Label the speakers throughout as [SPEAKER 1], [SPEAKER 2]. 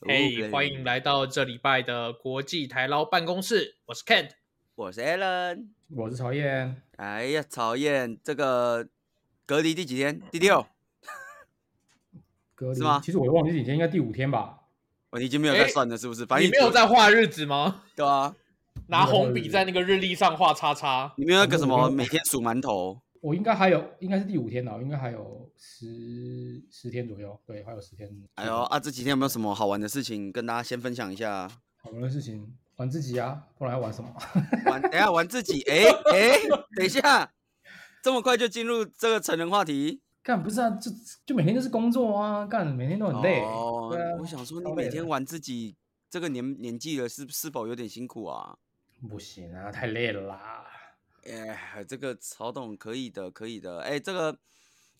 [SPEAKER 1] 嘿、
[SPEAKER 2] OK
[SPEAKER 1] 欢迎来到这礼拜的国际台捞办公室，我是 Kent。
[SPEAKER 2] 我是 Alan。
[SPEAKER 3] 我是曹燕，
[SPEAKER 2] 哎呀，讨厌，这个隔离第几天？第六，
[SPEAKER 3] 隔离
[SPEAKER 2] 是吗
[SPEAKER 3] 其实我忘记几天，应该第五天吧。
[SPEAKER 2] 我已经没有在
[SPEAKER 1] 哎
[SPEAKER 2] 算了，是不是？反正
[SPEAKER 1] 你没有
[SPEAKER 2] 只
[SPEAKER 1] 在画日 子吗？
[SPEAKER 2] 对啊，
[SPEAKER 1] 拿红笔在那个日历上画叉叉。
[SPEAKER 2] 你没有那个什么
[SPEAKER 3] 我没有
[SPEAKER 2] 每天数馒头，
[SPEAKER 3] 我应该还有，应该是第五天了，啊应该还有十十天左右。对，还有十天。
[SPEAKER 2] 哎呦啊，这几天有没有什么好玩的事情跟大家先分享一下？
[SPEAKER 3] 好玩的事情，玩自己啊，不然要玩什么？
[SPEAKER 2] 玩，等一下玩自己，哎哎，等一下，这么快就进入这个成人话题？
[SPEAKER 3] 干不是啊，就就每天就是工作啊，干每天都很累。
[SPEAKER 2] 哦
[SPEAKER 3] 对啊，
[SPEAKER 2] 我想说
[SPEAKER 3] 超
[SPEAKER 2] 你
[SPEAKER 3] 累
[SPEAKER 2] 每天
[SPEAKER 3] 的
[SPEAKER 2] 玩自己这个年年纪了，是是否有点辛苦啊？
[SPEAKER 3] 不行啊，太累了啦。
[SPEAKER 2] 哎，这个曹董可以的，可以的。哎，这个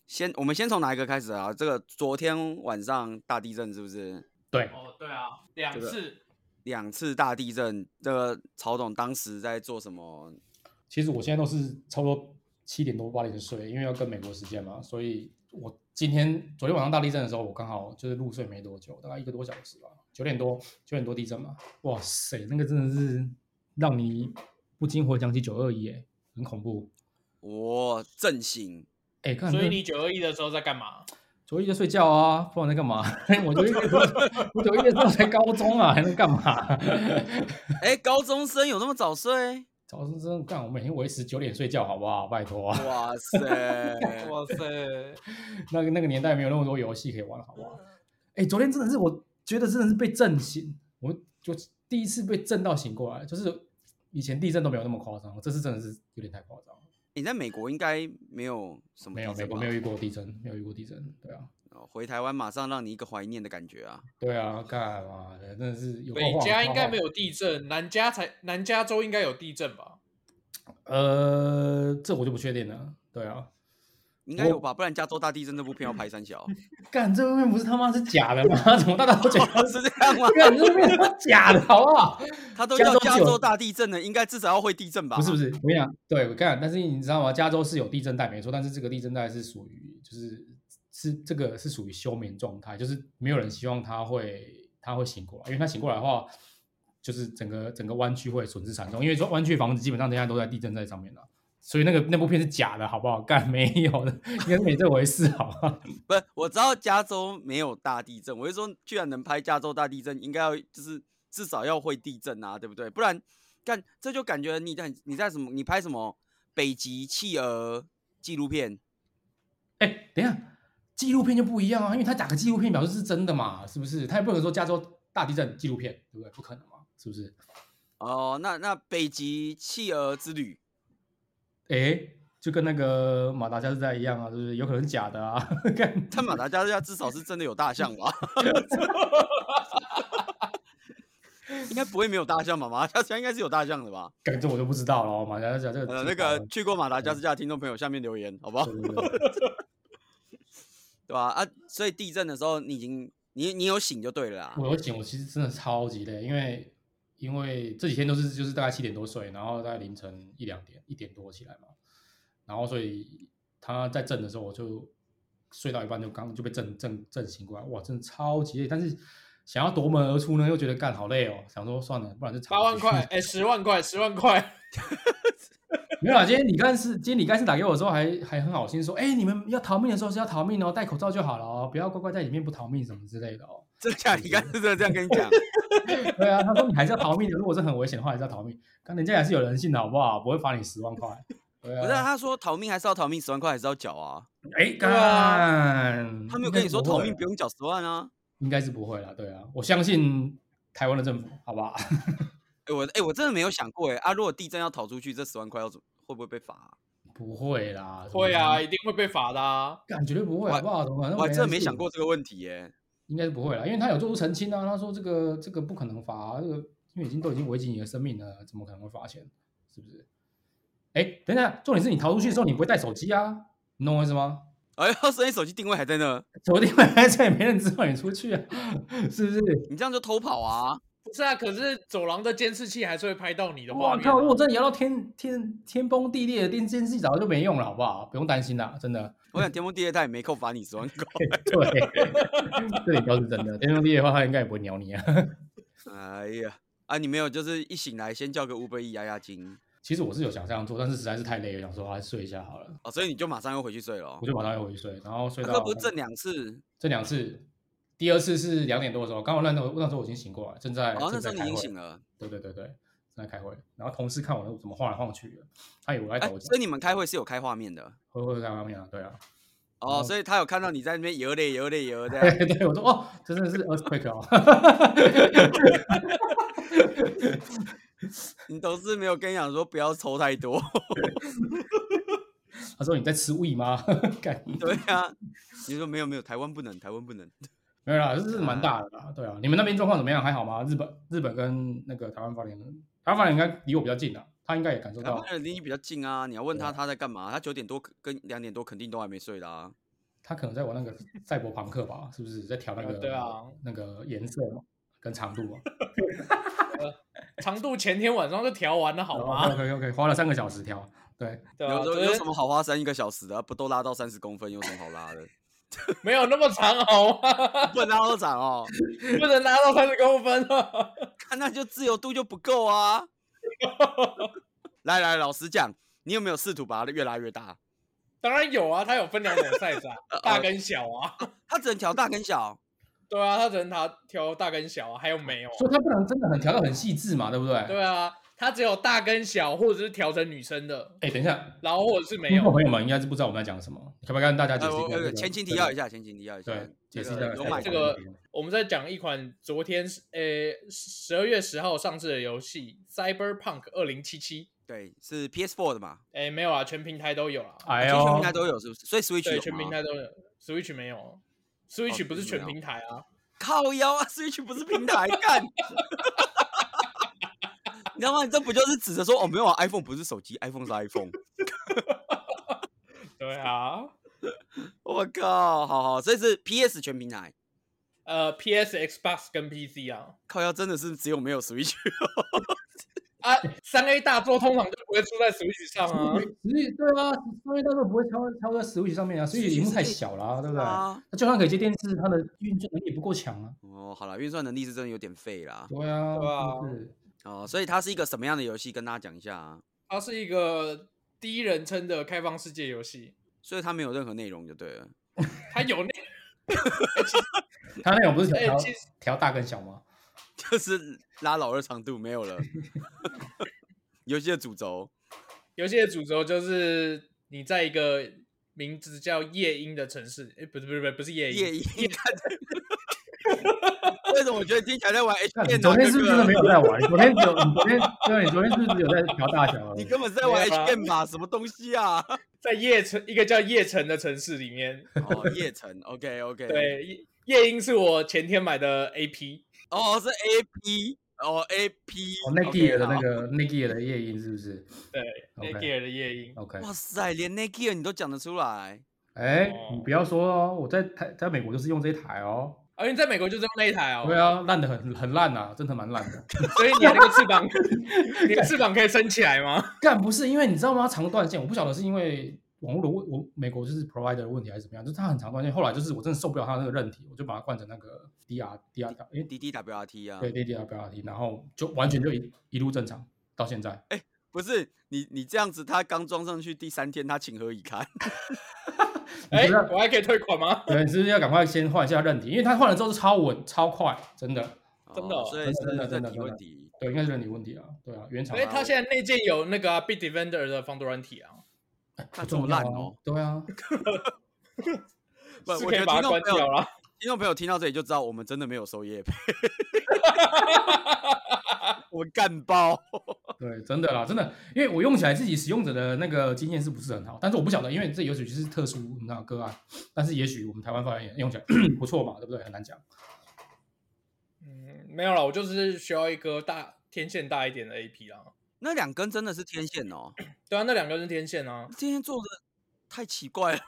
[SPEAKER 2] 先我们先从哪一个开始啊？这个昨天晚上大地震是不是？
[SPEAKER 3] 对，
[SPEAKER 1] 哦，对啊，两
[SPEAKER 2] 这个
[SPEAKER 1] 次。
[SPEAKER 2] 两次大地震，这个曹董当时在做什么？
[SPEAKER 3] 其实我现在都是差不多七点多八点就睡，因为要跟美国时间嘛，所以我今天昨天晚上大地震的时候，我刚好就是入睡没多久，大概一个多小时吧，九点多九点多地震嘛，哇塞，那个真的是让你不禁回想起九二一，哎，很恐怖，
[SPEAKER 2] 我、震醒，
[SPEAKER 3] 哎，看
[SPEAKER 1] 所以你九二一的时候在干嘛？
[SPEAKER 3] 九一就睡觉啊，不然在干嘛？ 我九一的时候我九一的时候才高中啊，还能干嘛？
[SPEAKER 2] 哎，高中生有那么早睡？
[SPEAKER 3] 早上真的干，我每天维持九点睡觉好不好？拜托、啊，
[SPEAKER 2] 哇塞！
[SPEAKER 1] 哇塞！
[SPEAKER 3] 那个那个年代没有那么多游戏可以玩好不好？哎、昨天真的是，我觉得真的是被震醒，我就第一次被震到醒过来，就是以前地震都没有那么夸张，这次真的是有点太夸张了。
[SPEAKER 2] 你在美国应该没有什么
[SPEAKER 3] 没有，
[SPEAKER 2] 地
[SPEAKER 3] 美
[SPEAKER 2] 震
[SPEAKER 3] 国
[SPEAKER 2] 吧
[SPEAKER 3] 没有遇过地震，没有遇过地震，对啊，
[SPEAKER 2] 哦回台湾马上让你一个怀念的感觉啊！
[SPEAKER 3] 对啊，干嘛的？真的是有够
[SPEAKER 1] 北
[SPEAKER 3] 晃
[SPEAKER 1] 加
[SPEAKER 3] 超
[SPEAKER 1] 应该
[SPEAKER 3] 晃
[SPEAKER 1] 没有地震，南加才南加州应该有地震 吧？
[SPEAKER 3] 呃，这我就不确定了。对啊，
[SPEAKER 2] 应该有吧，不然加州大地震这部片要拍三 小，
[SPEAKER 3] 干这外面不是他妈是假的吗？ 怎么大家都觉得
[SPEAKER 2] 是这样吗？
[SPEAKER 3] 干这外面是假的，好不好？
[SPEAKER 2] 他都
[SPEAKER 3] 加
[SPEAKER 2] 叫
[SPEAKER 3] 州
[SPEAKER 2] 加
[SPEAKER 3] 是有
[SPEAKER 2] 州大地震了，应该至少要会地震吧？
[SPEAKER 3] 不是不是，我跟你讲，对我跟你讲，但是你知道吗？加州是有地震带没错，但是这个地震带是属于就是是这个是属于休眠状态，就是没有人希望他会他会醒过来，因为他醒过来的话，就是整个整个湾区会损失惨重，因为说湾区房子基本上现在都在地震带上面了。所以那个那部片是假的，好不好？干没有的，应该是没这回事，好吧？
[SPEAKER 2] 不是，我知道加州没有大地震，我是说，居然能拍加州大地震，应该要就是至少要会地震啊，对不对？不然，干这就感觉你在你在什么，你拍什么北极企鹅纪录片，
[SPEAKER 3] 哎、等一下，纪录片就不一样啊，因为他打个纪录片表示是真的嘛，是不是？他也不可能说加州大地震纪录片，对不对？不可能嘛，是不是？
[SPEAKER 2] 哦，那那北极企鹅之旅，
[SPEAKER 3] 诶，就跟那个马达加斯加一样啊，就是有可能是假的啊。 干
[SPEAKER 2] 他马达加斯加至少是真的有大象吧？ 应该不会没有大象吧？马达加斯加应该是有大象的吧？
[SPEAKER 3] 干这我就不知道了哦。马达加斯加这个
[SPEAKER 2] 呃，
[SPEAKER 3] 是
[SPEAKER 2] 那
[SPEAKER 3] 假
[SPEAKER 2] 个
[SPEAKER 3] 的
[SPEAKER 2] 去过马达加斯加的听众朋友，下面留言好不好？
[SPEAKER 3] 对对对
[SPEAKER 2] 对吧、啊？所以地震的时候，你已经你你有醒就对了啦。
[SPEAKER 3] 我有醒，我其实真的超级累，因为因为这几天都是就是大概七点多睡，然后大概凌晨一两点一点多起来嘛，然后所以他在震的时候，我就睡到一半就刚就被震震震醒过来，哇，真的超级累，但是。想要夺门而出呢，又觉得干好累哦，想说算了，不然就
[SPEAKER 1] 八
[SPEAKER 3] 尝
[SPEAKER 1] 万
[SPEAKER 3] 试
[SPEAKER 1] 块，哎，十万块，十 万块。
[SPEAKER 3] 没有啦，今天李干事，今天李干事打给我的时候还还很好心说，哎、你们要逃命的时候是要逃命哦，戴口罩就好了哦，不要乖乖在里面不逃命什么之类的哦。
[SPEAKER 2] 这下你看是真的这样跟你 讲，
[SPEAKER 3] 对啊，他说你还是要逃命的，如果是很危险的话还是要逃命，但人家也是有人性的好不好？不会罚你十万块。对
[SPEAKER 2] 不是啊、
[SPEAKER 3] 啊，
[SPEAKER 2] 他说逃命还是要逃命，十万块还是要缴啊？
[SPEAKER 3] 哎
[SPEAKER 1] 对
[SPEAKER 3] 干、
[SPEAKER 1] 啊
[SPEAKER 2] 他没有跟你说
[SPEAKER 3] 嗯
[SPEAKER 2] 逃命不
[SPEAKER 3] 用，
[SPEAKER 2] 用缴十万啊？
[SPEAKER 3] 应该是不会啦。对啊，我相信台湾的政府，好吧？
[SPEAKER 2] 哎、我哎、我真的没有想过哎、啊，如果地震要逃出去，这十万块要怎会不会被罚啊、
[SPEAKER 3] 不会啦，
[SPEAKER 1] 会啊，，一定会被罚的啊。
[SPEAKER 3] 感绝对不会，好不好？怎么可能
[SPEAKER 2] 我还真的没
[SPEAKER 3] 人性
[SPEAKER 2] 想过这个问题耶、
[SPEAKER 3] 应该是不会啦，因为他有做出澄清啊，他说这个这个不可能罚、啊，这个因为已经都已经危及你的生命了，怎么可能会罚钱？是不是？哎，等一下，重点是你逃出去的时候你不会带手机啊，你懂我意思吗？
[SPEAKER 2] 哎呦，所以手机定位还在那，
[SPEAKER 3] 手机回来这也没人知道你出去啊，是不是？
[SPEAKER 2] 你这样就偷跑啊？
[SPEAKER 1] 不是啊，可是走廊的监视器还是会拍到你的画
[SPEAKER 3] 我
[SPEAKER 1] 面、啊。
[SPEAKER 3] 靠！如果真的摇到天天天崩地裂，电监视器早就没用了，好不好？不用担心啦，真的。
[SPEAKER 2] 我想天崩地裂，他也没扣罚你十万块。
[SPEAKER 3] 对，这里倒是真的。天中地的话，他应该也不会鸟你啊。
[SPEAKER 2] 哎呀，啊，你没有就是一醒来先叫个 Uber E 压压惊
[SPEAKER 3] 其实我是有想这样做，但是实在是太累了，想说还是睡一下好了，
[SPEAKER 2] 哦，所以你就马上又回去睡了、哦
[SPEAKER 3] 我。就马上又回去睡，然后睡
[SPEAKER 2] 啊
[SPEAKER 3] 到
[SPEAKER 2] 那不是挣两次？
[SPEAKER 3] 这两次，第二次是两点多的时候，刚好那时候那时候我已经醒过来，正在
[SPEAKER 2] 哦，那
[SPEAKER 3] 哎
[SPEAKER 2] 时
[SPEAKER 3] 正在
[SPEAKER 2] 候你
[SPEAKER 3] 开
[SPEAKER 2] 已经
[SPEAKER 3] 会
[SPEAKER 2] 醒，了。
[SPEAKER 3] 对对对对，正在开会。然后同事看我怎么晃来晃去的，他以为我在
[SPEAKER 2] 哎、
[SPEAKER 3] 抖脚
[SPEAKER 2] 所以，你们开会是有开画面的
[SPEAKER 3] 会会在外面啊，对啊，
[SPEAKER 2] 哦，
[SPEAKER 3] 哦
[SPEAKER 2] 所以他有看到你在那边游嘞游嘞游 的。
[SPEAKER 3] 对对，我说哦，这真的是 earthquake 哦，
[SPEAKER 2] 你同事没有跟你讲说不要抽太多，
[SPEAKER 3] 他说你在吃胃吗？ 干
[SPEAKER 2] 对啊，你说没有没有，台湾不能，台湾不能。
[SPEAKER 3] 没有啦，这是蛮大的啦，对啊。你们那边状况怎么样？还好吗？日本日本跟那个台湾发联，台湾发联应该离我比较近啊，他应该也感受
[SPEAKER 2] 台
[SPEAKER 3] 到
[SPEAKER 2] 湾，人离你比较近啊，你要问
[SPEAKER 3] 对
[SPEAKER 2] 他
[SPEAKER 3] 啊
[SPEAKER 2] 他在干嘛，他九点多跟两点多肯定都还没睡啦、啊。
[SPEAKER 3] 他可能在玩那个赛博朋克吧，是不是在调那
[SPEAKER 2] 呃
[SPEAKER 1] 啊
[SPEAKER 3] 个
[SPEAKER 1] 对啊
[SPEAKER 3] 那个颜色嘛跟长度嘛？啊
[SPEAKER 1] 长度前天晚上就调完了，好吗？
[SPEAKER 3] ？OK OK，花了哦三个小时调，对，
[SPEAKER 1] 对 吧、
[SPEAKER 2] 有
[SPEAKER 1] 啊？
[SPEAKER 2] 时候
[SPEAKER 1] 昨
[SPEAKER 2] 有
[SPEAKER 1] 天
[SPEAKER 2] 什么好花三一个小时的、啊不都拉到三十公分，有什么好拉的？
[SPEAKER 1] 没有那么长，好吗？
[SPEAKER 2] 不能拉到长哦，
[SPEAKER 1] 不能拉到三十公分啊！
[SPEAKER 2] 看那就自由度就不够啊。来来，老实讲，你有没有试图把它越拉越大？
[SPEAKER 1] 当然有啊，它有分两种 size 啊，
[SPEAKER 2] 哦
[SPEAKER 1] 大跟小啊。
[SPEAKER 2] 它只能调大跟小，
[SPEAKER 1] 对啊，它只能它挑大跟小啊，还有没有啊？
[SPEAKER 3] 所以他不能真的很调到很细致嘛，对不对？。
[SPEAKER 1] 对啊，它只有大跟小，或者是调成女生的，
[SPEAKER 3] 哎，等一下，
[SPEAKER 1] 然后或者是没
[SPEAKER 3] 听众
[SPEAKER 2] 哦
[SPEAKER 1] 有。
[SPEAKER 3] 朋友们应该是不知道我们在讲什么，可不可以跟大家解
[SPEAKER 2] 呃，
[SPEAKER 3] 释一
[SPEAKER 2] 我
[SPEAKER 3] 下这
[SPEAKER 2] 我
[SPEAKER 3] 个？
[SPEAKER 2] 前情提要一
[SPEAKER 3] 下，
[SPEAKER 2] 下，前情提要一下，
[SPEAKER 3] 对，
[SPEAKER 2] 这
[SPEAKER 3] 解释一
[SPEAKER 2] 个
[SPEAKER 3] 下
[SPEAKER 2] 有买
[SPEAKER 3] 赛博
[SPEAKER 1] 这
[SPEAKER 3] 朋
[SPEAKER 1] 个
[SPEAKER 3] 克的
[SPEAKER 1] 我们在讲一款昨天是呃十二月十号上市的游戏《Cyberpunk 二零七七》。
[SPEAKER 2] 对，是 PS4 的嘛？
[SPEAKER 1] 哎，没有啊，全平台都有啦。
[SPEAKER 3] 哎
[SPEAKER 2] 全
[SPEAKER 3] 呦，
[SPEAKER 2] 平台都有是不是？所以啊 Switch 有
[SPEAKER 1] 对，
[SPEAKER 2] 吗
[SPEAKER 1] 全平台都有，Switch 没有
[SPEAKER 2] 哦
[SPEAKER 1] ，Switch 不是
[SPEAKER 2] Switch
[SPEAKER 1] 全
[SPEAKER 2] 没有
[SPEAKER 1] 平台啊。
[SPEAKER 2] 靠腰啊，Switch 不是平台，干。 你知道吗？你这不就是指着说哦，没有啊，iPhone 不是手机，iPhone 是 iPhone。
[SPEAKER 1] 对啊，
[SPEAKER 2] 我靠，Oh 好好，所以是 PS 全平台，
[SPEAKER 1] 呃，PS、Xbox 跟 PC 啊，
[SPEAKER 2] 靠腰真的是只有没有 Switch。
[SPEAKER 1] 啊，三 A 大作通常就不会出在 Switch 上啊。
[SPEAKER 3] 实际对啊，上面到时候不会敲敲在 Switch 上面啊，Switch 屏幕太小了啊、对不对？
[SPEAKER 2] 啊，
[SPEAKER 3] 那就算可以接电视，它的运转能力也不够强啊。
[SPEAKER 2] 哦，好了，运算能力是真的有点废啦。
[SPEAKER 3] 对啊，
[SPEAKER 1] 对啊
[SPEAKER 3] 真的是
[SPEAKER 2] 哦，所以它是一个什么样的游戏？跟大家讲一下啊。
[SPEAKER 1] 它是一个第一人称的开放世界游戏，
[SPEAKER 2] 所以它没有任何内容就对了。
[SPEAKER 1] 它有那
[SPEAKER 3] 它那种不是
[SPEAKER 1] 哎、
[SPEAKER 3] 调
[SPEAKER 1] 其实
[SPEAKER 3] 调大跟小吗？
[SPEAKER 2] 就是拉老二长度没有了。 游戏的主轴
[SPEAKER 1] 游戏的主轴就是你在一个名字叫夜鹰的城市，哎、不是不是不是不是夜
[SPEAKER 2] 夜
[SPEAKER 1] 鹰，
[SPEAKER 2] 鹰，看着为什么我觉得听起来在玩 H 啊
[SPEAKER 3] 看
[SPEAKER 2] 电
[SPEAKER 3] 你
[SPEAKER 2] 脑？
[SPEAKER 3] 昨天是不是真的没有在玩？你昨天只有你昨天对，你昨天是不是有在调大小而已？
[SPEAKER 2] 你根本是在玩
[SPEAKER 1] 没有啊
[SPEAKER 2] H game 吧？什么东西啊？
[SPEAKER 1] 在夜城一个叫夜城的城市里面，
[SPEAKER 2] 哦，夜城，OK OK，，
[SPEAKER 1] 对，夜夜鹰是我前天买的 AP，
[SPEAKER 2] 哦是 AP，哦 AP，
[SPEAKER 3] 哦 n i k e 的那，个 n i k e 的夜莺是不是
[SPEAKER 1] 对
[SPEAKER 3] OK
[SPEAKER 1] ，Nike 的夜鹰，
[SPEAKER 3] ？OK，
[SPEAKER 2] 哇塞，连 Nike 你都讲得出来，
[SPEAKER 3] 哎、你不要说哦，我在台在美国就是用这一台哦。
[SPEAKER 1] 而、你在美国就用那一台哦，
[SPEAKER 3] 对啊，烂的很很烂啊，真的蛮烂的。
[SPEAKER 1] 所以你的那个翅膀， 你的翅膀可以升起来吗？
[SPEAKER 3] 干不是因为你知道吗？长断线，我不晓得是因为网络的问，我美国就是 provider 的问题还是怎么样，就是它很长断线。后来就是我真的受不了它那个韧体，我就把它换成那个 DR DR 哎、
[SPEAKER 2] DDWRT 啊，
[SPEAKER 3] 对 DDR BRT，然后就完全就一一路正常到现在。
[SPEAKER 2] 不是你你这样子，他刚装上去第三天，他情何以堪？
[SPEAKER 3] 你
[SPEAKER 1] 哎、
[SPEAKER 3] 知道
[SPEAKER 1] 我还可以退款吗？
[SPEAKER 3] 对，你是不是要赶快先换一下韧体？因为它换了之后是超稳、超快，真的。
[SPEAKER 1] 真的
[SPEAKER 2] 哦
[SPEAKER 1] 哦
[SPEAKER 2] 所以
[SPEAKER 3] 真
[SPEAKER 2] 是
[SPEAKER 3] 的真的
[SPEAKER 2] 问题
[SPEAKER 3] 真的真的
[SPEAKER 2] 问题，
[SPEAKER 3] 对，应该是韧体问题啊。对啊，原厂
[SPEAKER 1] 因为它现在内建有那个、啊、Bit Defender 的防毒软体啊，
[SPEAKER 2] 看这
[SPEAKER 3] 重
[SPEAKER 2] 么
[SPEAKER 3] 要
[SPEAKER 2] 烂
[SPEAKER 3] 啊
[SPEAKER 2] 哦。
[SPEAKER 3] 对啊，
[SPEAKER 2] 不，
[SPEAKER 1] 是
[SPEAKER 2] 我
[SPEAKER 1] 可
[SPEAKER 2] 觉
[SPEAKER 1] 以
[SPEAKER 2] 得
[SPEAKER 1] 把
[SPEAKER 2] 听
[SPEAKER 1] 它
[SPEAKER 2] 众朋
[SPEAKER 1] 关掉
[SPEAKER 2] 友，
[SPEAKER 1] 了。
[SPEAKER 2] 听众朋友听到这里就知道，我们真的没有收业 配，我们干包。
[SPEAKER 3] 对，真的啦，真的，因为我用起来自己使用者的那个经验是不是很好？但是我不晓得，因为这也许是特殊你知道个案，但是也许我们台湾发言人用起来 不错嘛，对不对？很难讲。
[SPEAKER 1] 嗯，没有了，我就是需要一个大天线大一点的 AP 啦。
[SPEAKER 2] 那两根真的是天线哦，
[SPEAKER 1] 对啊，那两个是天线啊，
[SPEAKER 2] 今天做的太奇怪了。